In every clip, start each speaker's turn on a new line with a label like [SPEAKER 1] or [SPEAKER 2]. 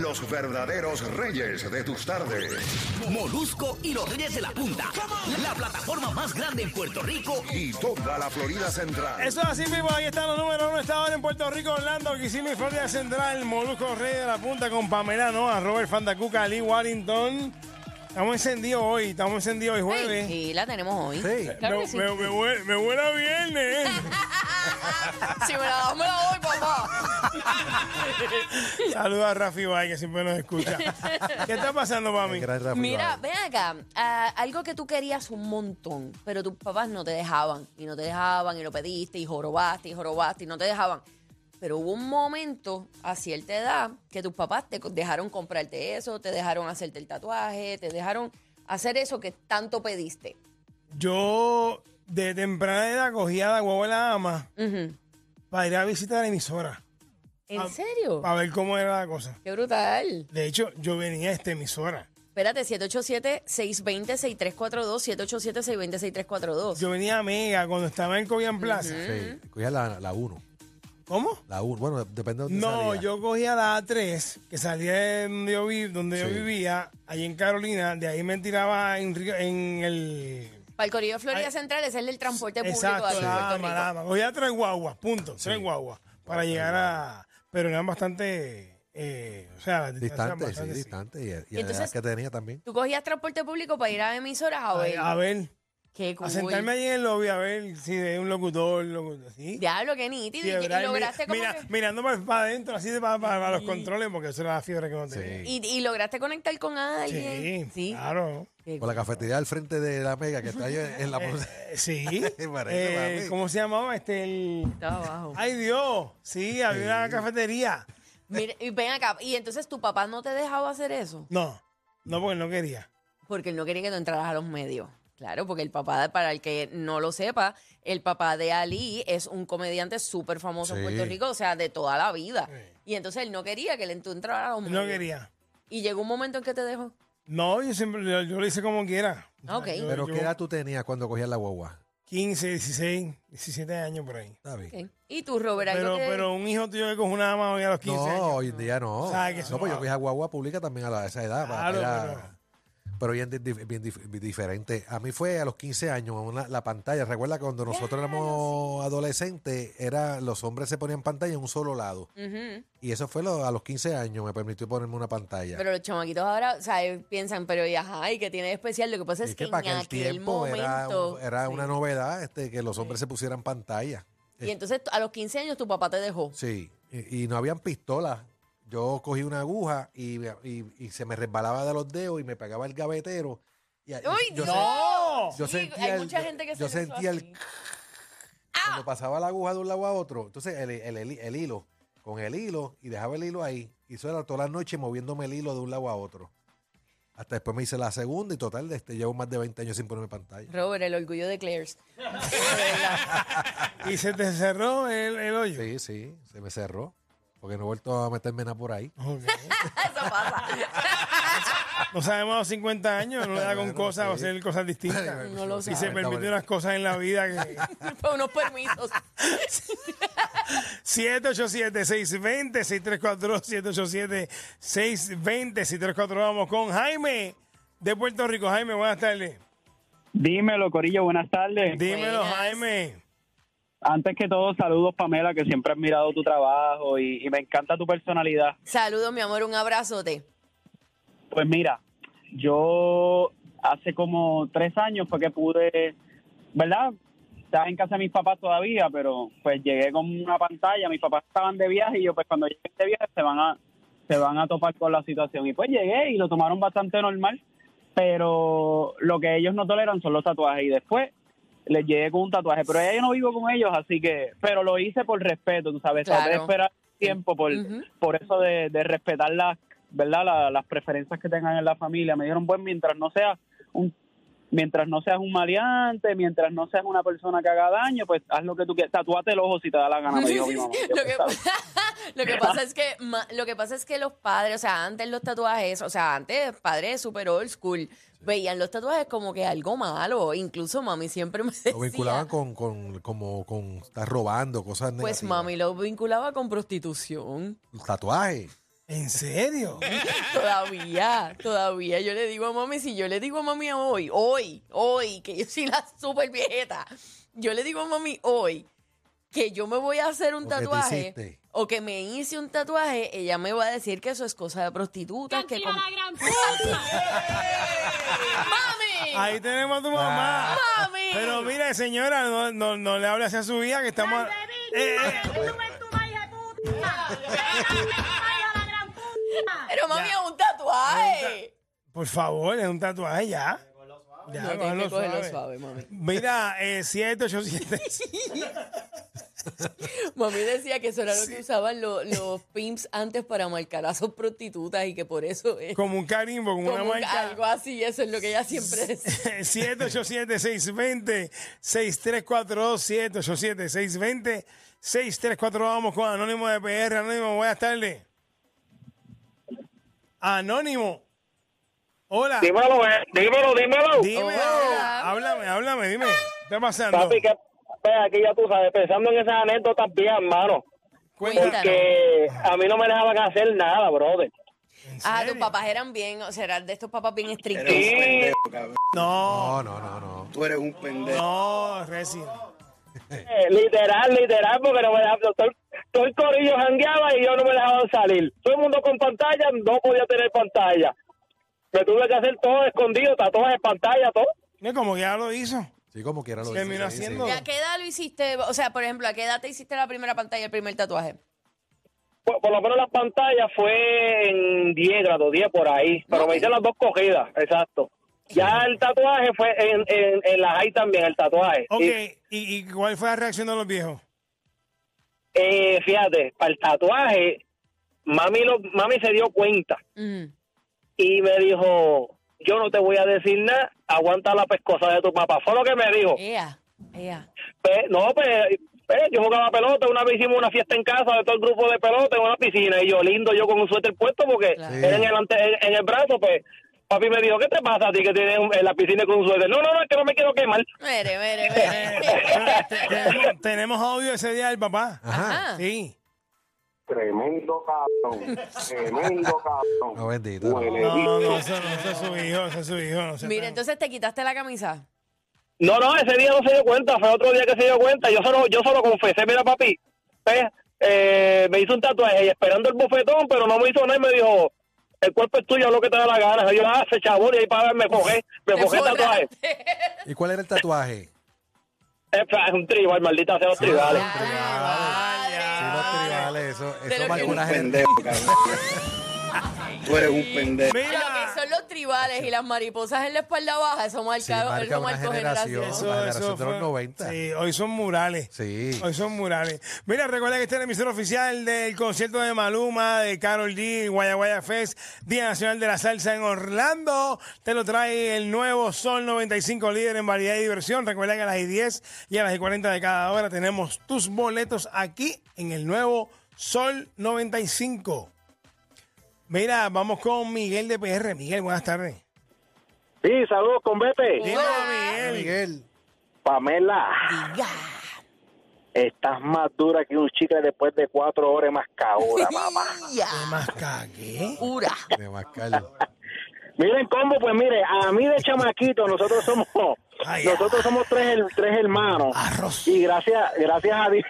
[SPEAKER 1] Los verdaderos reyes de tus tardes.
[SPEAKER 2] Molusco y los Reyes de la Punta. La plataforma más grande en Puerto Rico.
[SPEAKER 1] Y toda la Florida Central.
[SPEAKER 3] Eso es así, Pipo. Ahí están los números uno. Estaban en Puerto Rico, Orlando, Kissimmee, Florida Central, Molusco Rey de la Punta con Pamela Noa, Robert Fandacuca, Lee Warrington. Estamos encendidos hoy, estamos encendidos hoy jueves.
[SPEAKER 4] Sí, la tenemos hoy. claro
[SPEAKER 3] Me,
[SPEAKER 4] que sí.
[SPEAKER 3] me, me huele, me huele a viernes.
[SPEAKER 4] Si me la das, me la doy, papá.
[SPEAKER 3] Saludos a Rafi Bay, que siempre nos escucha. ¿Qué está pasando, mami?
[SPEAKER 4] Mira, ven acá. ah, algo que tú querías un montón, pero tus papás no te dejaban. Y no te dejaban, y lo pediste, y jorobaste, y jorobaste, y no te dejaban. Pero hubo un momento a cierta edad que tus papás te co- dejaron comprarte eso, te dejaron hacerte el tatuaje, te dejaron hacer eso que tanto pediste.
[SPEAKER 3] Yo de temprana edad cogía la guagua de la ama
[SPEAKER 4] Ujú.
[SPEAKER 3] para ir a visitar la emisora,
[SPEAKER 4] ¿En
[SPEAKER 3] Ah,
[SPEAKER 4] serio?
[SPEAKER 3] para ver cómo era la cosa.
[SPEAKER 4] ¡Qué brutal!
[SPEAKER 3] De hecho, yo venía a esta emisora.
[SPEAKER 4] Espérate, 787-620-6342, 787-620-6342.
[SPEAKER 3] Yo venía a Mega cuando estaba en Cobian Plaza.
[SPEAKER 5] Sí, cogía la, la 1.
[SPEAKER 3] ¿Cómo?
[SPEAKER 5] La 1. Bueno, depende de dónde
[SPEAKER 3] No,
[SPEAKER 5] salía.
[SPEAKER 3] yo cogía la A3, que salía de donde yo, vi- donde yo
[SPEAKER 5] Sí.
[SPEAKER 3] vivía, allí en Carolina, de ahí me tiraba en, Río- en el...
[SPEAKER 4] Para el Corrido de Florida
[SPEAKER 3] Ay.
[SPEAKER 4] Central ese es el del transporte público
[SPEAKER 3] Exacto,
[SPEAKER 4] aquí en
[SPEAKER 3] la
[SPEAKER 4] Puerto
[SPEAKER 3] ama,
[SPEAKER 4] Rico.
[SPEAKER 3] la ama. Cogía tres guaguas, punto, tres guaguas, para llegar a... Pero eran bastante... eh, o sea, las distancias eran
[SPEAKER 5] Distante, sí,
[SPEAKER 3] bastante-
[SPEAKER 5] distante. Y, y la
[SPEAKER 4] Entonces-
[SPEAKER 5] edad que tenía también.
[SPEAKER 4] Tú cogías transporte público para ir a emisoras a ver.
[SPEAKER 3] A, a ver,
[SPEAKER 4] Qué
[SPEAKER 3] a
[SPEAKER 4] cool.
[SPEAKER 3] sentarme allí en el lobby, a ver si hay un locutor, locutor ¿sí?
[SPEAKER 4] Diablo, qué nítido. y, que-
[SPEAKER 3] Fiebre,
[SPEAKER 4] y lograste como
[SPEAKER 3] mira,
[SPEAKER 4] que-
[SPEAKER 3] mirando para, adentro, así de para, para- para los controles, porque eso era la fiebre que no tenía.
[SPEAKER 4] y, y lograste conectar con alguien.
[SPEAKER 3] Sí, claro.
[SPEAKER 4] Qué
[SPEAKER 5] Por la cafetería al frente de la Mega, que está ahí en la Ponce.
[SPEAKER 3] Eh, Sí.
[SPEAKER 5] Parece,
[SPEAKER 3] Eh,
[SPEAKER 5] mami.
[SPEAKER 3] ¿Cómo se llamaba? Este, el...
[SPEAKER 4] Estaba abajo.
[SPEAKER 3] ¡Ay, Dios! Sí, había una cafetería.
[SPEAKER 4] Mira, y ven acá. Y entonces tu papá no te dejaba hacer eso.
[SPEAKER 3] No, no, porque no quería.
[SPEAKER 4] Porque él no quería que tú entraras a los medios. Claro, porque el papá, para el que no lo sepa, el papá de Ali es un comediante súper famoso en
[SPEAKER 5] Sí.
[SPEAKER 4] Puerto Rico, o sea, de toda la vida. Y entonces él no quería que le- tú entraras a los medios.
[SPEAKER 3] No quería.
[SPEAKER 4] Y llegó un momento en que te dejó.
[SPEAKER 3] No, yo siempre yo, yo lo hice como quiera.
[SPEAKER 4] Ah, ok.
[SPEAKER 3] yo-
[SPEAKER 5] Pero
[SPEAKER 3] yo
[SPEAKER 5] ¿qué edad tú tenías cuando cogías la guagua?
[SPEAKER 3] 15, 16, 17 años por ahí.
[SPEAKER 5] ¿Sabes?
[SPEAKER 4] Ok. Y tú, Robert, algo
[SPEAKER 3] Pero,
[SPEAKER 4] que-
[SPEAKER 3] pero un hijo tuyo que coge una dama hoy a los 15
[SPEAKER 5] No,
[SPEAKER 3] años.
[SPEAKER 5] hoy en día no.
[SPEAKER 3] ¿Sabes que eso
[SPEAKER 5] no, pues
[SPEAKER 3] no?
[SPEAKER 5] yo cogía guagua pública también a, la- a esa edad. para
[SPEAKER 3] Claro,
[SPEAKER 5] que era-
[SPEAKER 3] pero-
[SPEAKER 5] pero hoy en día es dif- bien, dif- diferente. A mí fue a los 15 años una- la pantalla. Recuerda que cuando nosotros éramos adolescentes, era, los hombres se ponían pantalla en un solo lado.
[SPEAKER 4] Ujú.
[SPEAKER 5] Y eso fue lo- a los 15 años, me permitió ponerme una pantalla.
[SPEAKER 4] Pero los chamaquitos ahora, o sea, eh, piensan, pero y ajá, ¿y qué tiene de especial? Lo que pasa es,
[SPEAKER 5] es
[SPEAKER 4] que,
[SPEAKER 5] que
[SPEAKER 4] en
[SPEAKER 5] para
[SPEAKER 4] aquel
[SPEAKER 5] aquel tiempo
[SPEAKER 4] momento...
[SPEAKER 5] era, un- er- era
[SPEAKER 4] sí.
[SPEAKER 5] una novedad este, que los hombres se pusieran pantalla.
[SPEAKER 4] Y entonces a los 15 años tu papá te dejó.
[SPEAKER 5] Sí, y, y no habían pistolas. Yo cogí una aguja y, y- y se me resbalaba de los dedos y me pegaba el gavetero. Y, ahí-
[SPEAKER 4] ¡Uy,
[SPEAKER 5] yo,
[SPEAKER 4] Dios!
[SPEAKER 3] ¡No!
[SPEAKER 5] yo
[SPEAKER 4] Sí,
[SPEAKER 5] sentía
[SPEAKER 4] hay
[SPEAKER 5] el-
[SPEAKER 4] mucha
[SPEAKER 5] yo-
[SPEAKER 4] gente que
[SPEAKER 5] yo
[SPEAKER 4] se
[SPEAKER 5] sentía el
[SPEAKER 4] el...
[SPEAKER 5] cuando pasaba la aguja de un lado a otro. Entonces el, el- el- el hilo, con el hilo, y dejaba el hilo ahí. Y eso era toda la noche moviéndome el hilo de un lado a otro. Hasta después me hice la segunda y total, este, llevo más de 20 años sin ponerme pantalla.
[SPEAKER 4] Robert, el orgullo de Claire's.
[SPEAKER 3] Y se te cerró el, el hoyo.
[SPEAKER 5] Sí, sí, se me cerró. Porque no he vuelto a meterme nada por ahí.
[SPEAKER 3] Ok.
[SPEAKER 4] Eso pasa.
[SPEAKER 3] No sabemos a los 50 años, no le da con
[SPEAKER 5] Bueno,
[SPEAKER 3] cosas, va a
[SPEAKER 5] sí.
[SPEAKER 3] hacer cosas distintas.
[SPEAKER 4] No lo
[SPEAKER 3] Y se
[SPEAKER 4] sabe.
[SPEAKER 3] permite unas cosas en la vida que...
[SPEAKER 4] Fue unos permisos.
[SPEAKER 3] 787-620-6342, 787-620-6342. Vamos con Jaime de Puerto Rico. Jaime, buenas tardes.
[SPEAKER 6] Dímelo, Corillo, buenas tardes.
[SPEAKER 3] Dímelo,
[SPEAKER 4] Buenas.
[SPEAKER 3] Jaime.
[SPEAKER 6] Antes que todo, saludos, Pamela, que siempre he admirado tu trabajo y, y me encanta tu personalidad.
[SPEAKER 4] Saludos, mi amor, un abrazote.
[SPEAKER 6] Pues mira, yo hace como tres años fue que pude, ¿verdad? Estaba en casa de mis papás todavía, pero pues llegué con una pantalla, mis papás estaban de viaje y yo pues cuando llegué de viaje se van a se van a topar con la situación. Y pues llegué y lo tomaron bastante normal, pero lo que ellos no toleran son los tatuajes y después les llegué con un tatuaje, pero ya yo no vivo con ellos, así que, pero lo hice por respeto, tú sabes, traté de
[SPEAKER 4] Claro.
[SPEAKER 6] esperar tiempo por,
[SPEAKER 4] Ujú.
[SPEAKER 6] por eso de, de respetar las, ¿verdad? La- las preferencias que tengan en la familia. Me dijeron, bueno, mientras no seas un mientras no seas un maleante, mientras no seas una persona que haga daño, pues haz lo que tú quieras, tatuate el ojo si te da la gana, me dijo mi mamá. Yo,
[SPEAKER 4] lo, que,
[SPEAKER 6] ¿sabes?
[SPEAKER 4] lo que pasa es que ma- lo que pasa es que los padres, o sea, antes los tatuajes, o sea, antes padres super old school veían los tatuajes como que algo malo, incluso mami siempre me decía,
[SPEAKER 5] Lo vinculaban con, con, como, con estar robando, cosas
[SPEAKER 4] pues
[SPEAKER 5] negativas.
[SPEAKER 4] mami lo vinculaba con prostitución.
[SPEAKER 5] Tatuaje.
[SPEAKER 3] ¿En serio?
[SPEAKER 4] Todavía, todavía yo le digo a mami, si yo le digo a mami hoy, hoy, hoy, que yo soy la super viejeta, yo le digo a mami hoy que yo me voy a hacer un
[SPEAKER 5] Lo que te
[SPEAKER 4] tatuaje
[SPEAKER 5] hiciste.
[SPEAKER 4] o que me hice un tatuaje, ella me va a decir que eso es cosa de prostitutas, que com- ¡Mami!
[SPEAKER 3] Ahí tenemos a tu mamá.
[SPEAKER 4] ¡Mami!
[SPEAKER 3] Pero mire, señora, no, no, no le hable así a su vida que estamos... Eh, eh,
[SPEAKER 4] Pero mami, es un tatuaje.
[SPEAKER 3] por favor, es un tatuaje ya. Ya,
[SPEAKER 4] No, tienes
[SPEAKER 3] cógelo
[SPEAKER 4] que cogerlo
[SPEAKER 3] suave.
[SPEAKER 4] suave. mami.
[SPEAKER 3] Mira, eh, 787.
[SPEAKER 4] Mami decía que eso era lo que usaban lo- los pimps antes para marcar a sus prostitutas y que por eso es
[SPEAKER 3] como un carimbo, como, una
[SPEAKER 4] como un-
[SPEAKER 3] marca.
[SPEAKER 4] algo así, eso es lo que ella siempre decía.
[SPEAKER 3] 787-620-6342, 787-620-6342. Vamos con Anónimo de PR. Anónimo, buenas tardes. Anónimo. Hola.
[SPEAKER 6] Dímelo, eh, dímelo, dímelo.
[SPEAKER 3] Dime,
[SPEAKER 4] Hola.
[SPEAKER 3] háblame, háblame, dime. ¿Qué está pasando?
[SPEAKER 6] Papi, que pues, aquí ya tú sabes, pensando en esas anécdotas bien, hermano,
[SPEAKER 4] Cuéntame.
[SPEAKER 6] que a mí no me dejaban hacer nada, brother.
[SPEAKER 4] Ah, tus papás eran bien, o sea, eran de estos papás bien estrictos.
[SPEAKER 1] Eres un pendejo, cabrón.
[SPEAKER 3] No,
[SPEAKER 5] No, no, no, no.
[SPEAKER 1] Tú eres un pendejo.
[SPEAKER 3] no, Resi.
[SPEAKER 6] Eh, literal, literal, porque no me dejaban, todo, todo el corillo jangueaba y yo no me dejaban salir. Todo el mundo con pantalla, no podía tener pantalla. Me tuve que hacer todo escondido, tatuajes, pantalla, todo.
[SPEAKER 3] No, como que ya lo hizo.
[SPEAKER 5] Sí, como quiera lo
[SPEAKER 3] Terminó
[SPEAKER 5] hice, sí, sí.
[SPEAKER 3] haciendo-
[SPEAKER 4] ¿Y a qué edad lo hiciste? O sea, por ejemplo, ¿a qué edad te hiciste la primera pantalla, el primer tatuaje?
[SPEAKER 6] Por, por lo menos las pantallas fue en 10 grados, 10 por ahí. Pero me hice las dos cogidas, exacto. Ya el tatuaje fue en, en, en la high también, el tatuaje.
[SPEAKER 3] Ok,
[SPEAKER 6] Y,
[SPEAKER 3] ¿Y, y cuál fue la reacción de los viejos?
[SPEAKER 6] eh, fíjate, para el tatuaje, mami, lo, mami se dio cuenta
[SPEAKER 4] Mm.
[SPEAKER 6] y me dijo, yo no te voy a decir nada, aguanta la pescosa de tu papá. Fue lo que me dijo.
[SPEAKER 4] Ea, ea.
[SPEAKER 6] Pe- no, pues, eh, yo jugaba pelota, una vez hicimos una fiesta en casa de todo el grupo de pelota en una piscina y yo lindo, yo con un suéter puesto porque
[SPEAKER 4] Claro.
[SPEAKER 6] era en el, ante- en, en el brazo, pues papi me dijo, ¿qué te pasa a ti que tienes un- en la piscina con un suéter? No, no, no, es que no me quiero quemar.
[SPEAKER 4] Mire, mire, mire.
[SPEAKER 3] Te- tenemos, Eh, tenemos audio ese día del papá.
[SPEAKER 4] Ajá.
[SPEAKER 3] Sí.
[SPEAKER 7] Tremendo cabrón. Tremendo cabrón.
[SPEAKER 5] No, bendito.
[SPEAKER 7] Huele
[SPEAKER 3] No,
[SPEAKER 7] bicho.
[SPEAKER 3] no, eso no, eso es su hijo, eso es su hijo. No, sé.
[SPEAKER 4] Mira, entonces te quitaste la camisa.
[SPEAKER 6] No, no, ese día no se dio cuenta, fue otro día que se dio cuenta, yo solo, yo solo confesé, mira papi, pues, eh, me hizo un tatuaje y esperando el bofetón, pero no me hizo nada y me dijo, el cuerpo es tuyo, haz lo que te da la gana. Y yo, ah, se chabón, y ahí para me cogé, me
[SPEAKER 4] Te
[SPEAKER 6] cogé el tatuaje.
[SPEAKER 4] forraste.
[SPEAKER 5] ¿Y cuál era el tatuaje?
[SPEAKER 6] Es es un tribal, maldita sea los
[SPEAKER 4] Ah.
[SPEAKER 6] tribales.
[SPEAKER 5] Los tribales. Sí, los tribales, eso,
[SPEAKER 4] lo que-
[SPEAKER 5] eso marcó
[SPEAKER 1] Tú
[SPEAKER 5] una
[SPEAKER 1] eres un
[SPEAKER 5] gente.
[SPEAKER 1] pendejo, cabrón. Tú eres un pendejo.
[SPEAKER 4] Lo que
[SPEAKER 3] Mira,
[SPEAKER 4] son los tribales y las mariposas en la espalda baja, eso marca,
[SPEAKER 5] Sí, marca
[SPEAKER 4] eso
[SPEAKER 5] una
[SPEAKER 4] marcó
[SPEAKER 5] generación.
[SPEAKER 4] generación.
[SPEAKER 5] la generación de los
[SPEAKER 3] fue-
[SPEAKER 5] 90.
[SPEAKER 3] Sí, hoy son murales.
[SPEAKER 5] Sí.
[SPEAKER 3] Hoy son murales. Mira, recuerda que este es el emisor oficial del concierto de Maluma, de Carol G, Guaya Guaya Fest, Día Nacional de la Salsa en Orlando. Te lo trae el nuevo Sol 95 líder en variedad y diversión. Recuerda que a las 10 y a las 40 de cada hora tenemos tus boletos aquí en el nuevo Sol 95. Mira, vamos con Miguel de PR. Miguel, buenas tardes.
[SPEAKER 7] Sí, saludos con Bepe.
[SPEAKER 3] Dime, Miguel.
[SPEAKER 5] Miguel.
[SPEAKER 7] Pamela,
[SPEAKER 4] Diga.
[SPEAKER 7] estás más dura que un chicle después de cuatro horas más caoda, mamá.
[SPEAKER 3] ¿Qué más cagué?
[SPEAKER 4] Pura.
[SPEAKER 5] De Mascarlo.
[SPEAKER 7] Miren combo, pues mire, a mí de chamaquito, nosotros somos,
[SPEAKER 3] Ay,
[SPEAKER 7] nosotros somos tres, her- tres hermanos.
[SPEAKER 3] Arroz.
[SPEAKER 7] Y gracias, gracias a Dios,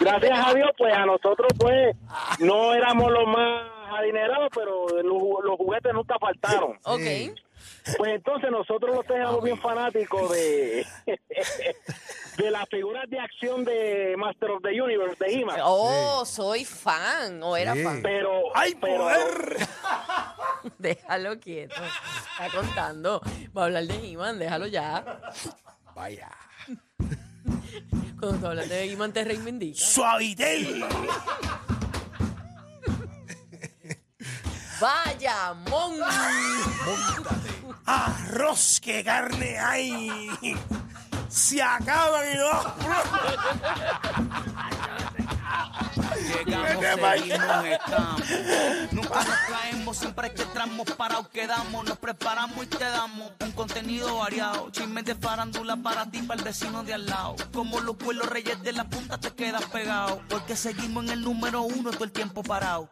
[SPEAKER 7] gracias a Dios, pues a nosotros pues no éramos los más
[SPEAKER 6] adinerados, pero los, los juguetes nunca faltaron.
[SPEAKER 4] Ok.
[SPEAKER 6] Pues entonces nosotros los dejamos bien fanáticos de, de las figuras de acción de Master of the Universe, de He-Man.
[SPEAKER 4] Oh, soy fan. O era
[SPEAKER 8] Sí.
[SPEAKER 4] fan.
[SPEAKER 6] Pero,
[SPEAKER 3] ¡Ay,
[SPEAKER 6] pero
[SPEAKER 3] poder!
[SPEAKER 4] Déjalo quieto. Está contando. Va a hablar de He-Man, déjalo ya.
[SPEAKER 8] Vaya.
[SPEAKER 4] Cuando tú hablas de He-Man te reivindica.
[SPEAKER 3] ¡Suavitel!
[SPEAKER 4] ¡Vaya, mon!
[SPEAKER 3] ¡Arroz, qué carne hay! ¡Se acaban y no!
[SPEAKER 2] Llegamos, seguimos, estamos. Nunca nos caemos, siempre que tramos parados quedamos. Nos preparamos y te damos un contenido variado. Chismes de farándula para ti, para el vecino de al lado. Como los pueblos reyes de la punta te quedas pegado. Porque seguimos en el número uno todo el tiempo parado.